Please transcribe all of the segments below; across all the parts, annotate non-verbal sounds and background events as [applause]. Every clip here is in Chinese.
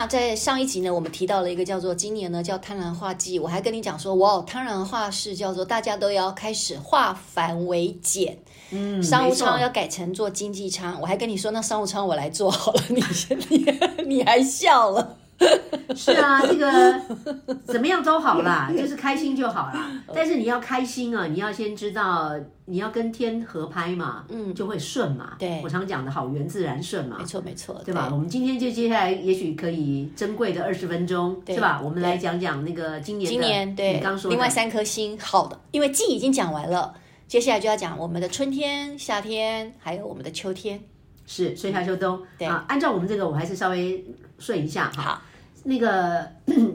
那在上一集呢，我们提到了一个叫做今年呢叫贪婪化忌，我还跟你讲说，哇，贪婪化是叫做大家都要开始化繁为简，嗯，商务没错舱要改成做经济舱。我还跟你说，那商务舱我来做好了，你你你还笑了。是啊，这个 [laughs] 怎么样都好啦， [laughs] 就是开心就好啦。嗯但是你要开心啊，你要先知道你要跟天合拍嘛，嗯，就会顺嘛。对我常讲的好缘自然顺嘛 [laughs] 没。错，没错，对吧？我们今天就接下来，也许可以珍贵的二十分钟，对是吧？我们来对讲讲那个今年的，今年对你刚说的另外三颗星，好的，因为季已经讲完了，接下来就要讲我们的春天、夏天，还有我们的秋天。是春嗯夏秋冬。啊，按照我们这个，我还是稍微顺一下哈。好，那个 [clears throat]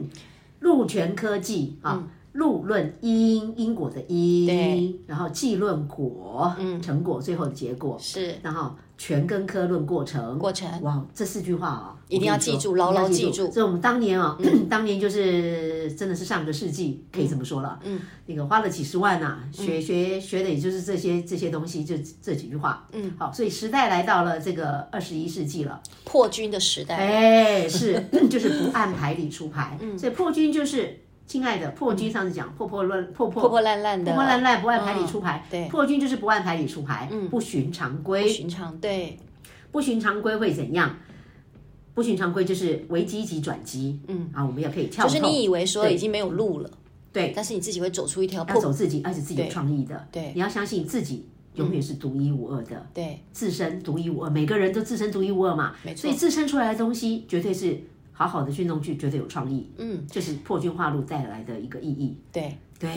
陆泉科技啊，陆论因因果的嗯因对，然后既论果，嗯，成果最后的结果，是然后全跟科论过程，过程哇，这四句话啊，一定要记住牢牢记住嗯这我们当年啊， [clears throat] 当年就是真的是上个世纪，可以这么说了，嗯，那个花了几十万呐，嗯学学学的也就是这些这些东西，就这几句话，嗯，好，所以时代来到了这个二十一世纪了。破军的时代，哎，是， [clears throat] 就是不按牌理出牌。嗯所以破军就是，亲爱的，破军上次讲破破乱破破破破烂烂的，破破烂烂，不按牌理出牌。嗯对，嗯破军就是不按牌理出牌，不循常规。寻常，对，不寻常规会怎样？不寻常规就是危机即转机。嗯啊，我们也可以跳就痛。是你以为说已经没有路了，对，但是你自己会走出一条要破，走自己，而且自己创意的。对，你要相信自己永远是独一无二的。对，自身独一无二，每个人都自身独一无二嘛，没错所以自身出来的东西绝对是好好的去弄去，绝对有创意，嗯，这是破军化禄带来的一个意义，对。对，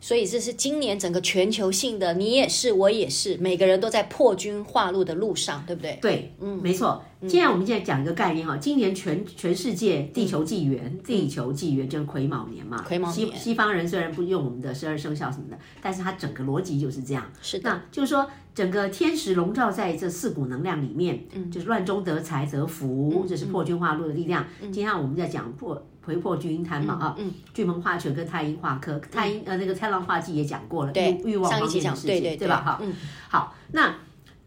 所以这是今年整个全球性的，你也是，我也是，每个人都在破军化路的路上，对不对？对，嗯，没错。现在我们现在讲一个概念哈，今年全全世界地球纪元，地球纪元就是癸卯年嘛，嗯癸卯西年西方人虽然不用我们的十二生肖什么的，但是它整个逻辑就是这样。是的，那就是说，整个天时笼罩在这四股能量里面，嗯就是乱中得财得福，这是破军化禄的力量。嗯今天我们在讲破回破军贪嘛啊，巨门化权跟太阴化科，太阴呃那个太浪化忌也讲过了，嗯对欲欲望上一方期面的讲事对情，对对吧？哈，嗯，好，那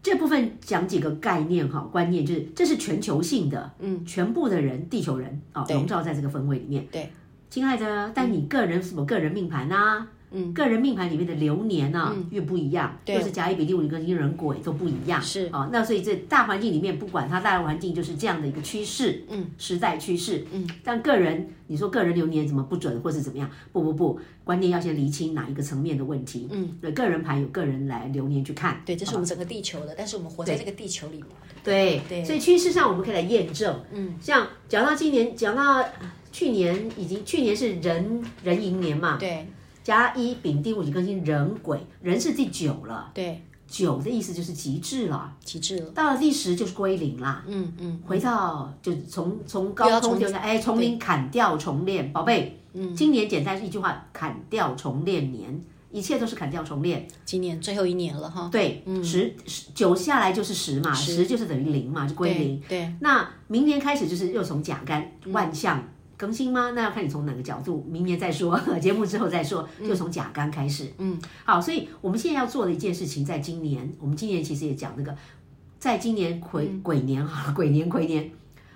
这部分讲几个概念哈，观念就是这是全球性的，嗯，全部的人，地球人啊，笼罩在这个氛围里面。对，嗯亲爱的，但你个人什么个人命盘啊？嗯，个人命盘里面的流年呢、啊，越不一样，嗯对又是甲乙丙丁戊己庚辛壬癸都不一样，是啊、那所以这大环境里面，不管它大环境就是这样的一个趋势，嗯，时代趋势，嗯，但个人，你说个人流年怎么不准，或是怎么样？不不不，嗯观念要先厘清哪一个层面的问题，嗯，对，个人盘有个人来流年去看，对，这是好吧我们整个地球的，但是我们活在这个地球里嘛，对，所以趋势上我们可以来验证。嗯，像讲到今年，讲到去年已经，去年是壬壬寅年嘛，对甲乙丙丁戊己庚辛壬癸，壬是第九了，对，九的意思就是极致了，极致了，到了第十就是归零啦。嗯嗯，回到就从从又高要空重掉下，哎，从零砍掉重练，宝贝，嗯，今年简单是一句话，砍掉重练年，一切都是砍掉重练。今年最后一年了哈，对，十十九下来就是十嘛，十就是等于零嘛，就归零。对，那明年开始就是又从甲干万象更新吗？那要看你从哪个角度，明年再说， [laughs] 节目之后再说，就从甲干开始。嗯，好，所以我们现在要做的一件事情，在今年，我们今年其实也讲那个，在今年癸癸年哈， [laughs] 癸年癸年，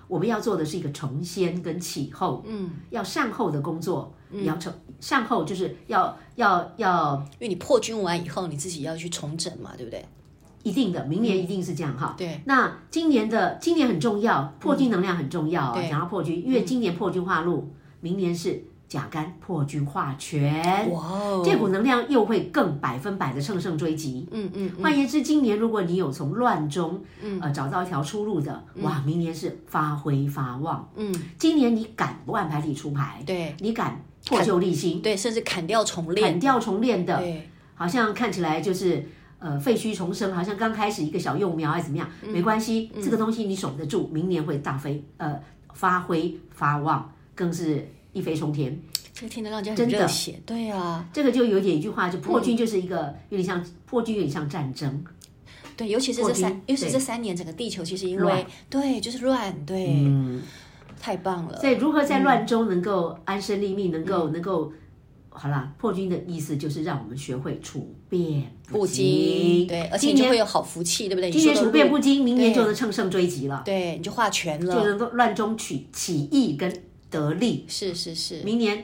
我们要做的是一个承先跟启后，嗯，要善后的工作，也要承善后就是要要要因为你破军完以后，你自己要去重整嘛，对不对？一定的，明年一定是这样哈。对，那今年的今年很重要，破军能量很重要啊。讲到破军，因为今年破军化禄，明年是甲干破军化权，哇哦，这股能量又会更百分百的乘胜追击。嗯嗯，换言之，今年如果你有从乱中，呃，找到一条出路的，嗯哇，明年是发挥发旺。嗯，今年你敢不按牌理出牌，对你敢破旧立新，对，甚至砍掉重练，砍掉重练的，对好像看起来就是呃废墟重生，好像嗯刚开始一个小幼苗还是怎么样，没关系，这个东西你守得住，明年会大飞呃。发挥发旺，更是一飞冲天。这个听得让人家很热血，对啊，这个就有点一句话，就破军就是一个、有点像破军，有点像战争，对，尤其是这破军三，尤其是对这三年整个地球其实因为乱对就是乱，对，嗯，太棒了，嗯所以如何在乱中能够安身立命，能够能够。好啦，破军的意思就是让我们学会处变不不精，惊。对，而且今你就年会有好福气，对不对？今年你说处的变路不惊，明年对就能乘胜追击了，对，你就化全就了，能够乱中取起义跟得力。是是是，明年，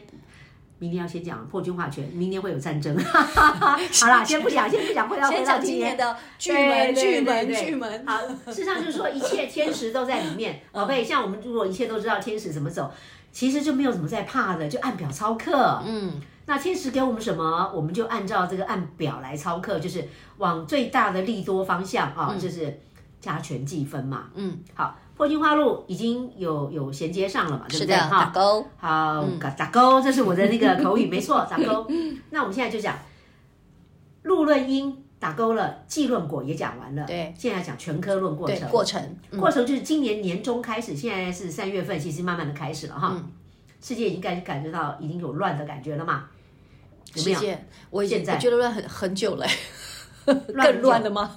明年要先讲破军化权，明年会有 [laughs] 战争。好啦，先不讲，先不讲，回到先回到讲今今年年。的巨对门对巨对门对巨门，好，事实上就是说，一切天时都在里面。嗯宝贝，像我们如果一切都知道天时怎么走，其实就没有什么在怕的，就按表操课。嗯，那天时给我们什么，我们就按照这个按表来操课，就是往最大的利多方向啊，就是加权计分嘛。嗯，好，破军花路已经有有衔接上了嘛，对是不的，对？打勾，好，嗯嘎打勾，这是我的那个口语，没错，打 [laughs] 勾。那我们现在就讲，路论因打勾了，记论果也讲完了，对，现在讲全科论过对程，，过程，嗯过程就是今年年中开始，现在是三月份，其实慢慢的开始了哈，嗯世界已经感感觉到已经有乱的感觉了嘛， [laughs] 有世没有？界，我已经现在我觉得乱很很久了，很 [laughs] 更久乱了吗？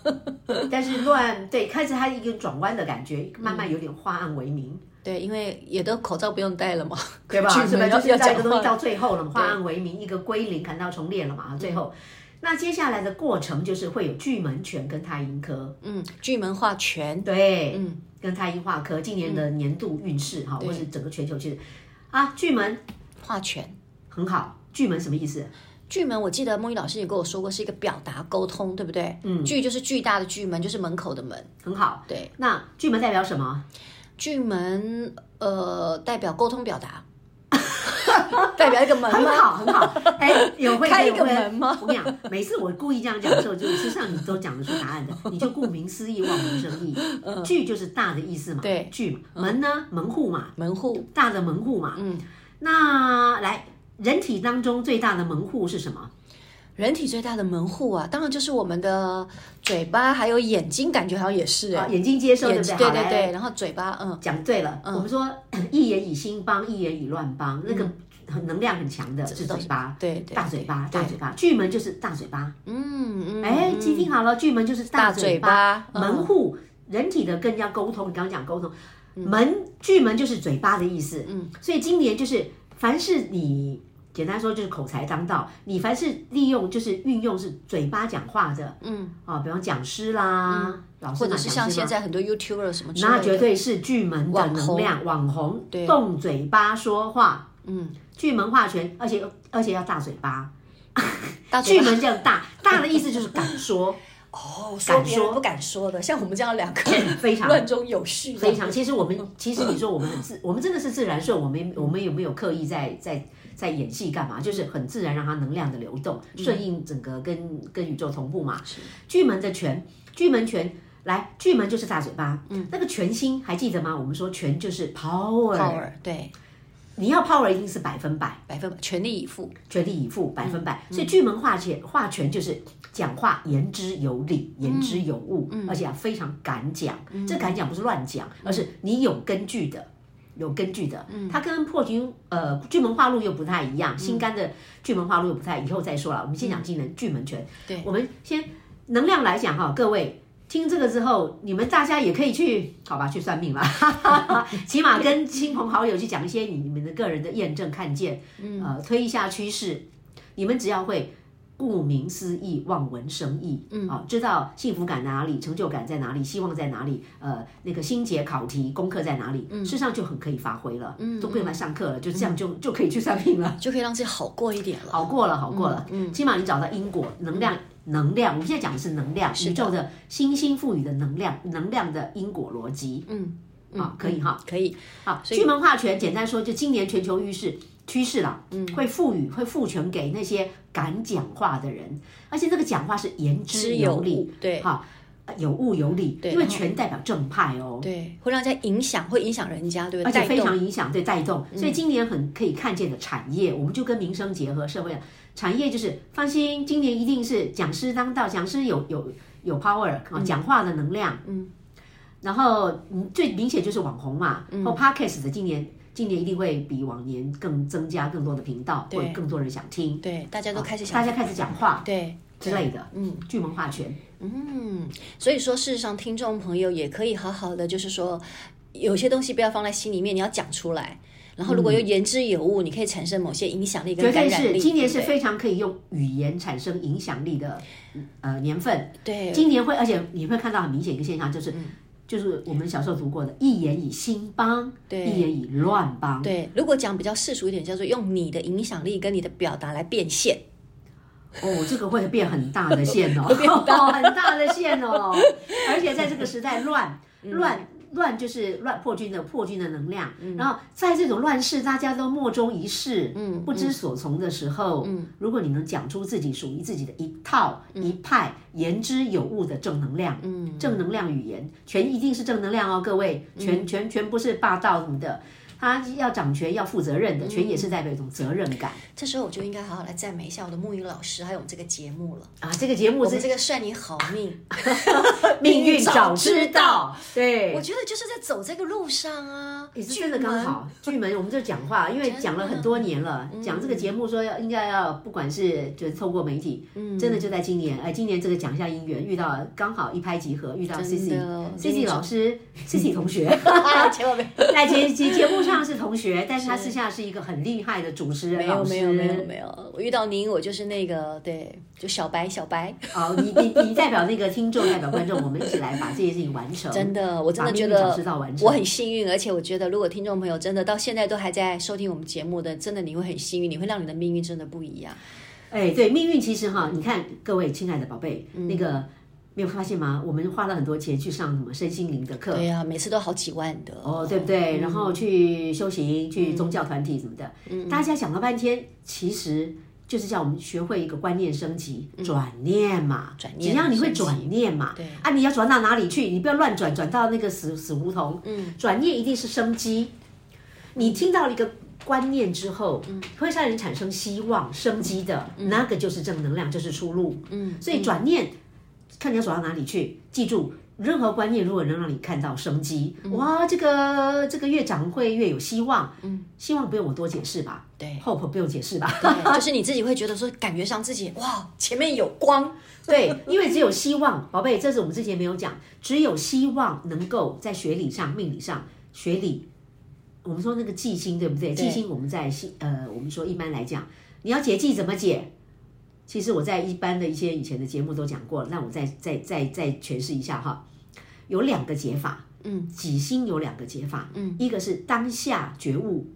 但是乱对，开始它一个转弯的感觉，慢嗯慢有点化暗为明。对，因为也都口罩不用戴了嘛，对吧？巨是吧？门就要是要这讲个东西话到最后了嘛，化暗为明，一个归零，砍到重练了嘛，最嗯后。那接下来的过程就是会有巨门拳跟太阴科，嗯，巨门化全，对，嗯，跟太阴化科今年的年度运势哈，对或是整个全球趋势啊，巨门化全。很好，巨门什么意思？巨门，我记得孟雨老师也跟我说过，是一个表达沟通，对不对？嗯，巨就是巨大的巨门，就是门口的门。很好，对，那巨门代表什么？巨门，呃，代表沟通表达， [laughs] 代表一个门很吗？好，很好，哎，有会开一有个会门吗我跟你讲，每次我故意这样讲的时候，就事实上你都讲得出答 [laughs] 案的，你就顾名思义，望文生义。巨就是大的意思嘛，嗯对嗯巨嘛，门呢，门户嘛，门户，大的门户嘛。嗯，那来，人体当中最大的门户是什么？人体最大的门户啊，当然就是我们的嘴巴，还有眼睛，感觉好像也是啊，哎、眼睛接收，对眼不睛对对？好对来对，然后嘴巴，嗯，嗯讲对了。我们说呃一言以兴邦，一言以乱邦，那个很能量很强的是都嘴是巴。对对，大嘴巴，对大嘴巴，巨门就是大嘴巴。嗯嗯，哎，记听好了，巨门就是大大嘴嘴巴巴，嗯门户，人体的更加沟通。你刚刚讲沟通，嗯门巨门就是嘴巴的意思。嗯，所以今年就是凡是你简单说就是口才当道，你凡是利用就是运用是嘴巴讲话的，嗯，啊，比方讲师啦，老师嗯或嘛者是像讲师现嘛在很多 YouTuber 什么之类的，那绝对是巨门的网能量，网红对动嘴巴说话，嗯，巨门化权，而且而且要大嘴巴，大嘴巨巴门这样大，大的意思就是敢说。哦，说别人不敢说的，像我们这样两个 [laughs] 非 [laughs] 常乱中有序的，非常，其实我们其实你说我们很自，我们真的是自然顺，我们我们有没有刻意在在在演戏干嘛？就是很自然让它能量的流动，顺应整个跟跟宇宙同步嘛。巨门的拳，巨门拳。来，巨门就是大嘴巴，嗯，那个拳心还记得吗？我们说拳就是 power，, power 对，你要 power 一定是百分百，百分百全力以赴，全力以赴，百分百。所以巨门化拳，化拳就是讲话言之有理，言之有物，而且、啊、非常敢讲。这敢讲不是乱讲，而是你有根据的。有根据的，它跟破军呃巨门化禄又不太一样，心肝的巨门化禄又不太，以后再说了。我们先讲技能巨门拳，对我们先能量来讲哈，各位听这个之后，你们大家也可以去好吧，去算命啦， [laughs] 起码跟亲朋好友去讲一些你们的个人的验证看见，呃，推一下趋势，你们只要会。顾名思义，望文生义，嗯，啊，知道幸福感哪里，成就感在哪里，希望在哪里，呃，那个心结、考题、功课在哪里，嗯，事实上就很可以发挥了，嗯，都不用来上课了，就这样就、就可以去算命了。就可以让自己好过一点了。好过了，好过了，嗯，起码你找到因果能量，能量，我们现在讲的是能量，宇宙的星星赋予的能量，能量的因果逻辑，嗯，嗯啊，可以哈，，可以，好，巨门化权，简单说，就今年全球运势趋势啦，嗯，会赋予会赋权给那些敢讲话的人，而且这个讲话是言之有理，对好，呃有物有理，因为然后权代表正派哦，对，会让人家影响，会影响人家，对不而对？带且非动嗯常影响对带动，所以今年很可以看见的产业，我们就跟民生结合，社会的产业就是放心，今年一定是讲师当道，讲师有有有 power 啊，讲话的能量，嗯，然后嗯最明显就是网红嘛，嗯或 podcast 的今年今年一定会比往年更增加更多的频道，对会更多人想听，对，大家都开始想，啊大家开始讲话对之类的，嗯。巨门化权。嗯，所以说，事实上，听众朋友也可以好好的，就是说，有些东西不要放在心里面，你要讲出来。然后，如果有言之有物，你可以产生某些影响力跟绝感对染是力。今年是对不对非常可以用语言产生影响力的呃年份。对嗯今年会，而且你会看到很明显一个现象，就是、就是我们小时候读过的“一言以兴邦，对一言以乱邦对，如果讲比较世俗一点，叫做用你的影响力跟你的表达来变现。”。哦，这个会变很大的线 [laughs] 哦，哦很大的线哦。而且在这个时代，乱乱。乱就是乱破军的破军的能量，然后在这种乱世，大家都莫衷一是，嗯，不知所从的时候，嗯，如果你能讲出自己属于自己的一套、一派言之有物的正能量，嗯，正能量语言，全一定是正能量哦，各位，全全全不是霸道什么的，他要掌权要负责任的，全也是代表一种责任感这时候我就应该好好来赞美一下我的木鱼老师，还有我们这个节目了。啊。这个节目我是们这个算你好命，命运早知道，对我。觉得就是在走这个路上啊，也是真的刚好，巨门我们就讲话，因为讲了很多年了，讲这个节目说要应该要，不管是就是透过媒体，嗯真的就在今年，哎，今年这个讲一下姻缘，遇到刚好一拍即合，遇到真 C C 的 C C 老师 C C [laughs] 同学， [laughs] 啊，千万别。在节节节目上是同学，但是他私下是一个很厉害的主持人没有老师，哦没有没有没有，我遇到您，我就是那个对，就小白小 [laughs] 白，哦，你你你代表那个听众，代表观众，我们一起来把这件事情完成，真的，我真的把觉命运得早知道完成我很幸运，而且我觉得如果听众朋友真的到现在都还在收听我们节目的，真的你会很幸运，你会让你的命运真的不一样。哎，对，命运其实哈，你看各位亲爱的宝贝，那个没有发现吗？我们花了很多钱去上什么身心灵的课，对呀、每次都好几万的哦，对不对？然后去修行、去宗教团体什么的，大家想了半天，其实。就是叫我们学会一个观念升级，转念嘛，转念只要你会升级转念嘛，对啊，你要转到哪里去？你不要乱转，转到那个死死胡同。嗯，转念一定是生机。你听到了一个观念之后，会让人产生希望、生机的，那个就是正能量，就是出路。嗯，所以转念，看你要走到哪里去。记住，任何观念如果能让你看到生机，哇，这个这个越长会越有希望。嗯，希望不用我多解释吧？对，hope 不用解释吧？ [laughs] 对就是你自己会觉得说，感觉上自己哇，前面有光，对，因为只有希望，宝贝，这是我们之前没有讲，只有希望能够在学理上、命理上、学理，我们说那个忌星，对不对？忌星我们在西呃，我们说一般来讲，你要解忌怎么解？其实我在一般的一些以前的节目都讲过了，那我再再再再诠释一下哈，有两个解法，嗯，己星有两个解法，嗯，一个是当下觉悟，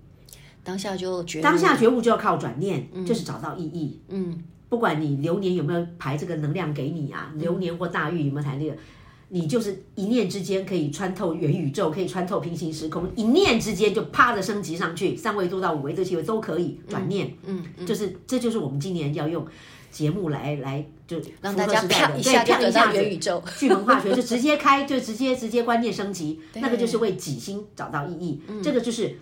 当下就觉得当下觉悟就要靠转念，就是找到意义。嗯，不管你流年有没有排这个能量给你啊，流年或大运有没有排那个，你就是一念之间可以穿透元宇宙，可以穿透平行时空，一念之间就啪的升级上去，三维度到五维度、七维都可以转念。嗯，就是这就是我们今年要用节目来来就让符合大家时代啪的一对下就啪转一下到子元宇宙，巨门化学就直接开，就直接直接观念升 [laughs] 级，那个就是为己心找到意义，嗯这个就是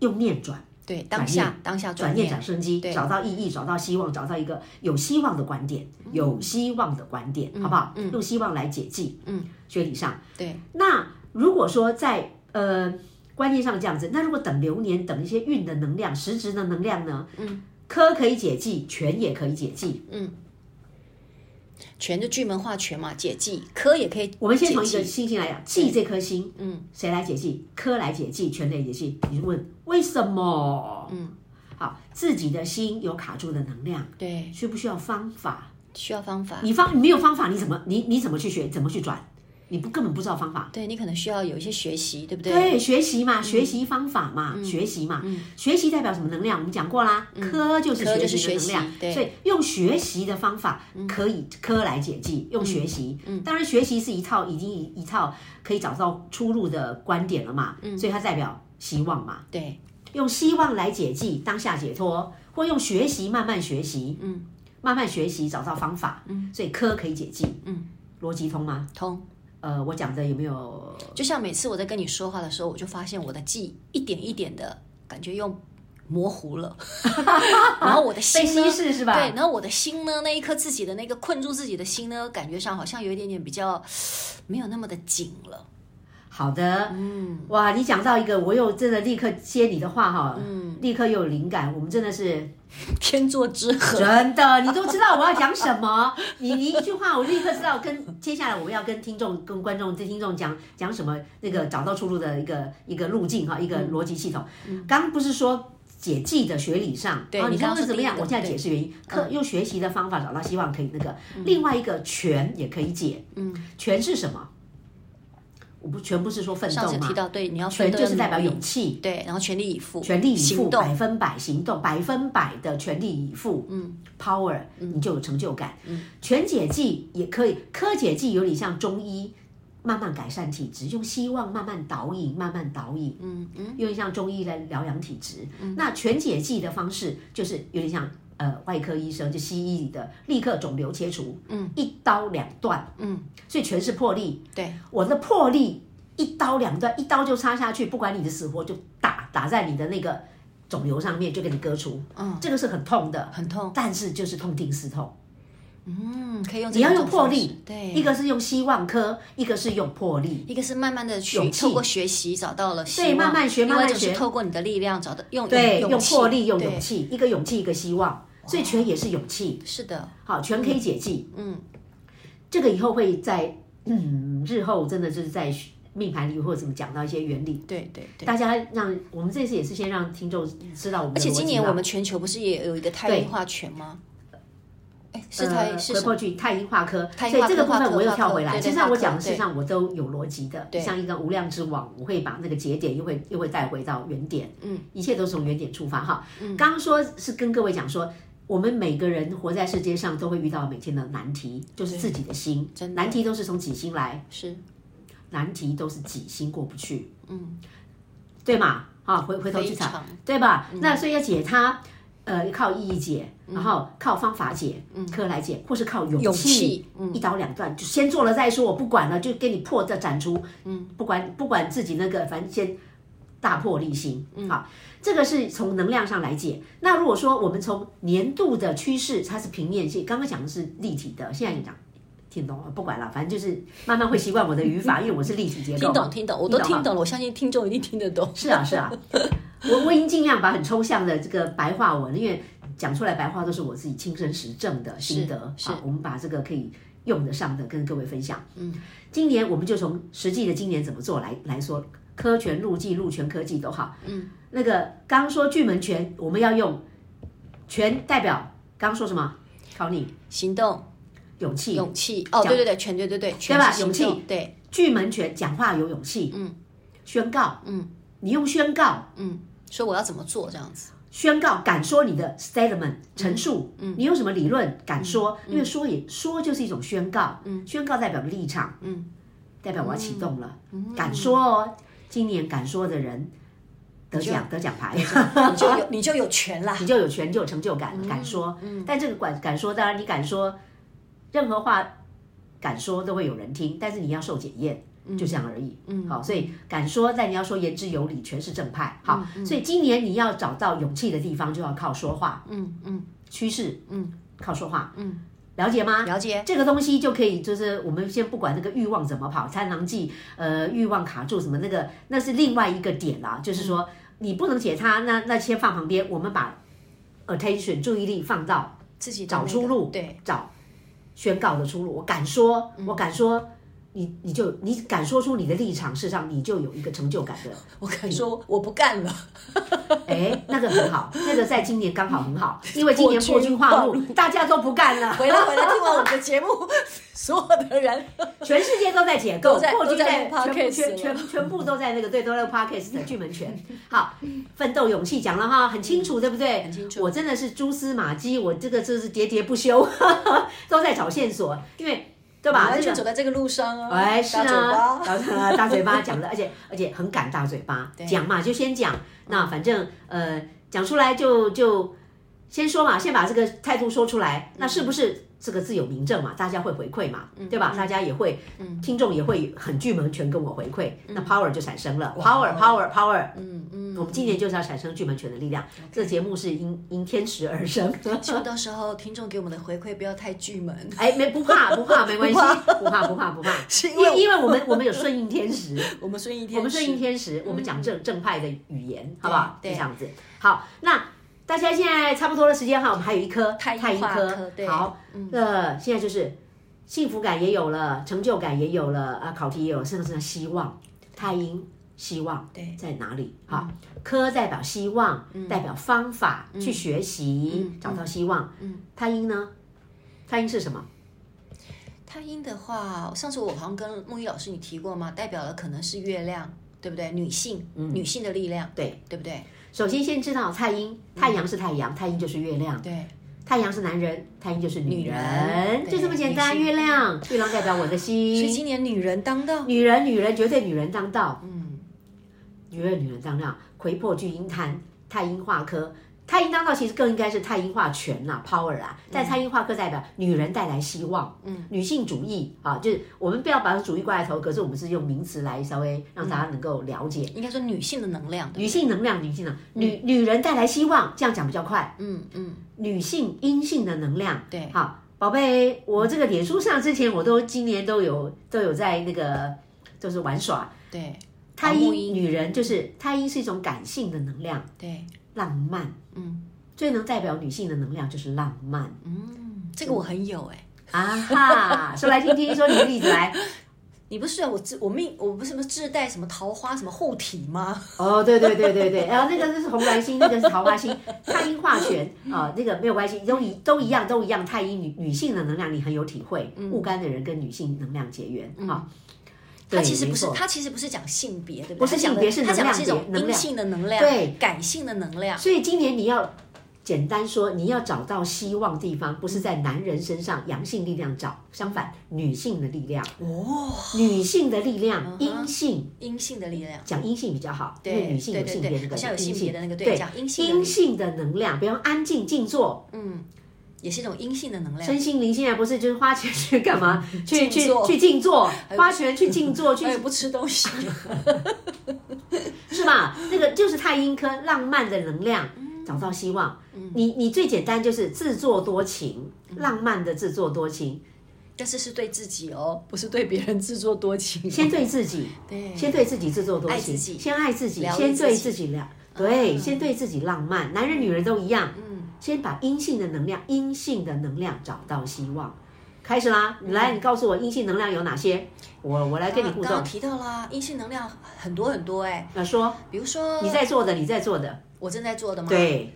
用念转。对，当下当下转转念产生机，找到意义，找到希望，找到一个有希望的观点，嗯有希望的观点，好不好？用希望来解剂，嗯，学理上对。那如果说在呃观念上这样子，那如果等流年，等一些运的能量、实质的能量呢？嗯，科可以解剂，权也可以解剂。全就巨门化全嘛，解忌科也可以解忌。我们先从一个星星来讲，忌这颗星，嗯，谁来解忌？科来解忌，权来解忌。你问为什么？嗯，好，自己的心有卡住的能量，对，需不需要方法？需要方法。你方你没有方法，你怎么你你怎么去学，怎么去转？你不根本不知道方法。对你可能需要有一些学习，对不嗯对？对，学习嘛，学习方法嘛，学习嘛，学习代表什么能量？我们讲过啦，科就嗯是科就是学习的学能习对嗯量，所以用学习的方法可以科来解计，用学习。当然，学习是一套已经一一套可以找到出路的观点了嘛，所以它代表希望嘛。嗯对用希望来解计，当下解脱，或用学习慢慢学习，嗯，慢慢学习找到方法，嗯，所以科可以解计，嗯，逻辑通吗？通。呃，我讲的有没有？就像每次我在跟你说话的时候，我就发现我的记忆一点一点的感觉又模糊 [laughs] 了，然后我的心呢被稀释是吧对，然后我的心呢，那一颗自己的那个困住自己的心呢，感觉上好像有一点点比较没有那么的紧了。好的，嗯，哇，你讲到一个，我又真的立刻接你的话哈，嗯，立刻又有灵感，我们真的是天作之合，真的， [laughs] 你都知道我要讲什么，你你一句话，我立刻知道跟接下来我们要跟听众、跟观众、跟听众讲讲什么，那个找到出路的一个一个路径哈，一个逻辑系统。刚刚不是说。解记的学理上，嗯对啊你你刚刚刚刚是是怎么样第一？个嗯我现在解释原因，课用学习的方法找到希望可以那个。另外一个权也可以解，嗯，权是什么？我不权不是说奋上斗次吗提？到对你要权奋斗就是要代表努力勇气，对，然后全力以赴，全力以行赴，动百分百行动，百分百的全力以赴，嗯，power，你就有成就感。嗯，全解剂也可以，科解剂有点像中医，慢慢改善体质，用希望慢慢导引，慢慢导引，嗯嗯，有点像中医来疗养体质。那全解剂的方式就是有点像。呃，外科医生就西医里的立刻肿瘤切除，嗯，一刀两断，嗯，所以全是魄力，对，我的魄力一刀两断，一刀就插下去，不管你的死活，就打打在你的那个肿瘤上面，就给你割除。嗯，这个是很痛的，很痛，但是就是痛定思痛。嗯，可以用这你要两用种魄方式力，对，一个是用希望科，一个是用魄力。一个是慢慢的学，勇气透过学习找到了希望，对慢慢学另外一慢慢种是学透过你的力量找到用对，勇哎用气魄力，用勇对气，一个勇气，一个希望，所以全也是勇气。是的，好，全可以解剂。嗯，这个以后会在嗯日后真的就是在命盘里或者怎么讲到一些原理，对对对。大家让我们这次也是先让听众知道我们而的逻辑且嘛。今年我们全球不是也有一个太阴化权吗？哎，是太、呃是什回么？过去太阴化科，太阴所以化科这个部化分科我又化跳科回来。对事实化上我科讲的，事对实上我都有逻辑的对，像一个无量之网，我会把那个节点又会又会带回到原点，嗯，一切都是从原点出发哈。嗯刚刚说是跟各位讲说。我们每个人活在世界上都会遇到每天的难题，就是自己的心。真的难题都是从己心来，是难题都是己心过不去，嗯，对嘛？啊，回回头去非查常，对吧？嗯那所以要解它，呃，靠意义解，然后靠方法解，科来解，或是靠哦勇气，嗯勇气嗯一刀两断，就先做了再说，我不管了，就给你破的斩除，嗯，不管不管自己那个，反正先大破立心，嗯好，这个是从能量上来解。那如果说我们从年度的趋势，它是平面性，刚刚讲的是立体的，现在你讲。听懂了，不管了，反正就是慢慢会习惯我的语 [laughs] 法，因为我是立体结构听嘛。懂听懂，我都你啊听吗懂了，我相信听众一定听得懂。是啊，是 [laughs] 啊，我我已经尽量把很抽象的这个白话文，因为讲出来白话都是我自己亲身实证的心得是啊，我们把这个可以用得上的跟各位分享。嗯，今年我们就从实际的今年怎么做来来说，科权、陆技、陆权、科技都好。嗯，那个刚说巨门权，我们要用权代表，刚说什么？考你行动、勇气，勇气，哦，对对对，全对对对，全对吧是行勇气动，对，巨门权讲话有勇气，嗯，宣告，嗯，你用宣告。嗯说我要怎么做这样子，宣告敢说你的 statement 嗯陈述，你有什么理论敢说？因为说也说就是一种宣告，嗯宣告代表立场，代表我要启动了，嗯敢说哦，今年敢说的人得奖得奖牌， [laughs] [laughs] 你就有你就有权啦。啊你就有权就有成就感，敢说，但这个敢敢说，当然你敢说任何话敢说都会有人听，但是你要受检验。就这样而已，嗯，好，所以敢说，但你要说言之有理，全是正派，好，所以今年你要找到勇气的地方，就要靠说话，嗯嗯，趋势，嗯，靠说话，嗯，了解吗？了解。这个东西就可以，就是我们先不管那个欲望怎么跑，贪狼记，呃，欲望卡住什么那个，那是另外一个点啦。就是嗯说，你不能解它，那那先放旁边，我们把 attention 注意力放到自己的找那出个路，对，嗯找宣告的出路。我敢说，我敢说，你你就你敢说出你的立场，事实上你就有一个成就感的 [laughs] 我敢说我不干了，哎，那个很好，那个在今年刚好很好， [laughs] 因为今年破军化破禄，大家都不干了，回来回来，听完我们的节目， [laughs] 所有的 [laughs] 人全世界都在解构，都在破军都在录全部 podcast 全全全部都在那个对，都在 podcast 的巨门拳。好，奋斗勇气讲了哈，很清楚，对不对？很清楚我真的是蛛丝马迹，我这个就是喋喋不休， [laughs] 都在找线索，因为对吧？完这全个走在这个路上啊，哎，是大嘴啊巴，，大嘴巴，大嘴巴讲的，而且而且很敢大嘴巴对讲嘛，就先讲。那反正呃，讲出来就就先说嘛，先把这个态度说出来，那是不是这个自有明证嘛？大家会回馈嘛，对吧？大家也会，听众也会很聚门全跟我回馈，那 power 就产生了，power power power，嗯嗯，我们今年就是要产生聚门权的力量，这节目是因因天时而生，希望到时候听众给我们的回馈不要太巨门，呃哎，没不怕不怕，没关系，不怕不怕不怕，因为我为因为我们我们有顺应天时，哎我们顺应天，我们顺应，天时，我们讲正正派的语言，好不好？就对这样子。好，那大家现在差不多的时间哈，我们还有一科太一太一化科科对，好，那现在就是幸福感也有了，成就感也有了，啊，考题也有了，甚至是希望，太阴。希望对在哪里？好，科代表希望，代表方法去学习，找到希望。太阴呢？太阴是什么？太阴的话，上次我好像跟木易老师你提过嘛，代表了可能是月亮，对不对？女性，女性的力量，嗯对，对不对？首先先知道太阴，太阳是太阳，太阴就是月亮。嗯对，太阳是男人，太阴就是女女人，人就这么简单。对女月性亮，月亮代表我的所以心，今年女人当道，女人，女人绝对女人当道，嗯，女人，女人当道，魁破巨阴坛，太阴化科。太阴当道其实更应该是太阴化权啦、power 啊，嗯但太阴化科代表女人带来希望，嗯，女性主义啊，就是我们不要把主义挂在头，可是我们是用名词来稍微让大家能够了解。应该说女性的能量，对女性能量，女性能女女人带来希望，这样讲比较快。嗯嗯，女性阴性的能量。对好，宝贝，我这个脸书上之前我都今年都有都有在那个就是玩耍。对，太木阴女人就是太阴是一种感性的能量，对，浪漫。嗯，最能代表女性的能量就是浪漫嗯，这个我很有哎、啊哈！说来听听，说你的例子来。你不是啊？我自我命我不是什么自带什么桃花什么护体吗？哦，对对对对对，然后那个是红鸾星，那个是桃花星，太阴化权啊、那个没有关系，都一都一样，都一样。太阴女女性的能量你很有体会，嗯戊干的人跟女性能量结缘啊。对它其实不没是，错它其实不是讲性别，对不对？不是它讲的性别是它讲的能量是一种能量阴性的能量，对感性的能量，所以今年你要简单说，你要找到希望地方，不是在男人身上阳性力量找，相反女性的力量，哦，嗯女性的力量，阴性。阴性的力量。讲阴性比较好，因对为女性有对对性别对的好像有性别的那个对对，讲阴性的阴性的能量，比方安静静坐，嗯，也是一种阴性的能量身。心灵现在不是就是花钱去 [laughs] 干嘛？去去静坐去静坐，花钱去静坐，去哎，不吃东西， [laughs] 是吧？那个就是太阴科浪漫的能量，嗯找到希望。你你最简单就是自作多情，嗯浪漫的自作多情，但是是对自己哦，不是对别人自作多情哦。先对自己，对，先对自己自作多哎爱情，自己先爱自己，疗愈先对自己啊自己了，对，先对自己浪漫，男人女人都一样。嗯，先把阴性的能量，阴性的能量找到希望。开始啦，你来，你告诉我阴性能量有哪些？我我来跟你嗯啊互刚动刚。提到啦，阴性能量很多很多哎，那说比如说你在做的，你在做的，我正在做的嘛，，对，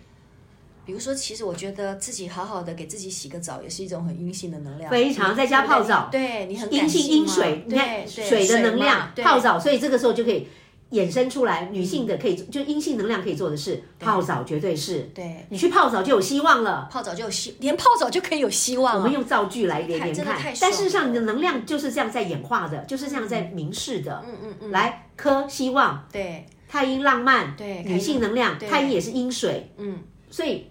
比如说，其实我觉得自己好好的给自己洗个澡，也是一种很阴性的能量，非常在家泡澡对你很阴感性性阴嘛水，你对看对水的能嘛量对泡澡，所以这个时候就可以衍生出来，女性的可以就阴性能量可以做的事，泡澡绝对是，对你去泡澡就有希望了。泡澡就有希，连泡澡就可以有希望啊我们了。用造句来连连太真的看太，爽但事实上你的能量就是这样在演化的，就是这样在明示的。嗯嗯嗯，来，科希望，对太阴浪漫，对女性能量，对太阴也是阴水，嗯，所以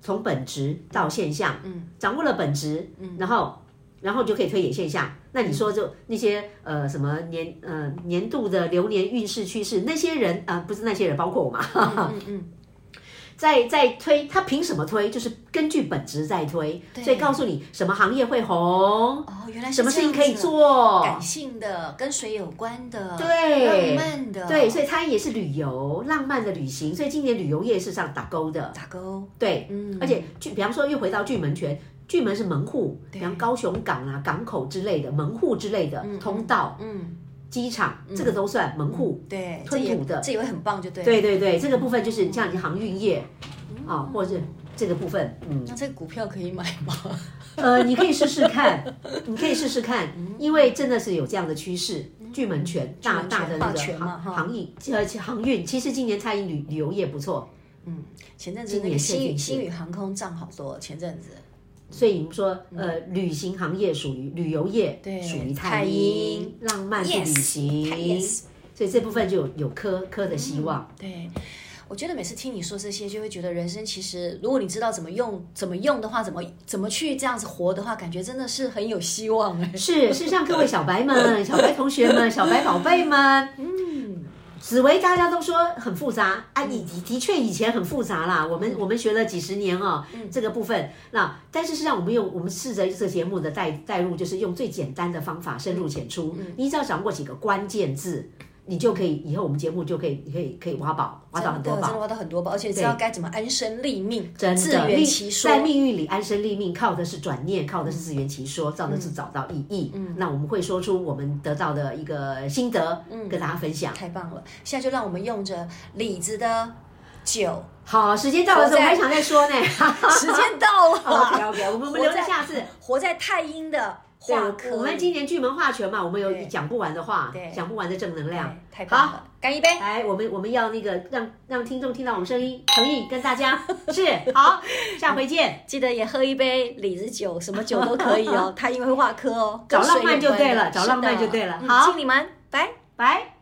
从本质到现象，嗯，掌握了本质，嗯，然后然后就可以推演现象。那你说就那些呃什么年呃年度的流年运势趋势，那些人呃不是那些人，包括我嘛，哈哈，嗯嗯，在在推，他凭什么推？就是根据本质在推，所以告诉你什么行业会红，哦，原来是什么事这样情可以子，做，感性的，跟水有关的，对浪漫的，对，所以它也是旅游，浪漫的旅行，所以今年旅游业是上打勾的，打勾，对，嗯而且巨，比方说又回到巨门泉，巨门是门户，比方高雄港啊、港口之类的门户之类的、通道、嗯，机场，这个都算门户。对，嗯这吞也吐的这也会很棒，就对。对，对对，这个部分就是像航运业嗯啊，或者是这个部分，嗯，那这个股票可以买吗？ [laughs] 呃，你可以试试看，你可以试试看，因为真的是有这样的趋势。巨门泉嗯大门大泉的那霸个权嘛航哈航运，呃，航运其实今年餐饮旅旅游业不错，前阵子那今个年确新宇定是新宇航空涨好多，前阵子。所以你们说，呃，旅行行业属于旅游业，嗯对属于太太阴阴，浪漫去旅 Yes，太嗯行 yes 所以这部分就有有科科的希望。对，我觉得每次听你说这些，就会觉得人生其实，如果你知道怎么用、怎么用的话，怎么怎么去这样子活的话，感觉真的是很有希望哎。是，事实上，各位小白们、小白同学们、小白宝贝们，嗯，紫薇大家都说很复杂啊，你的的确以前很复杂啦，我们我们学了几十年哦，这个部分，那但是事实上，我们用我们试着这个节目的带带入，就是用最简单的方法，深入浅出，你只要掌握几个关键字。你就可以，以后我们节目就可以，可以，可以挖宝，挖到很多对真的宝，挖到很多宝，而且知道该怎么安身立命，真自的圆立其说。在命运里安身立命，靠的是转念，靠的是自圆其说，靠嗯的是找到意义。那我们会说出我们得到的一个心得，嗯跟大家分享。太棒了！现在就让我们用着李子的酒，好，时间到了，活在哦我还想再说呢。 [laughs] [laughs] 时间到 OK 了， OK，我们我们活留着在下次。活在太阴的对画科里。我们今年巨门画权嘛，我们有对讲不完的话对，讲不完的正能对量。太棒好了，干一杯！来，我们我们要那个让让听众听到我们声音，诚意跟 [laughs] 大家是好，下回见，记得也喝一杯李子酒，什么酒都可以哦。他因为会画科哦，找跟水浪漫有就关对的了找浪漫是的就对了嗯好敬你们，拜。拜。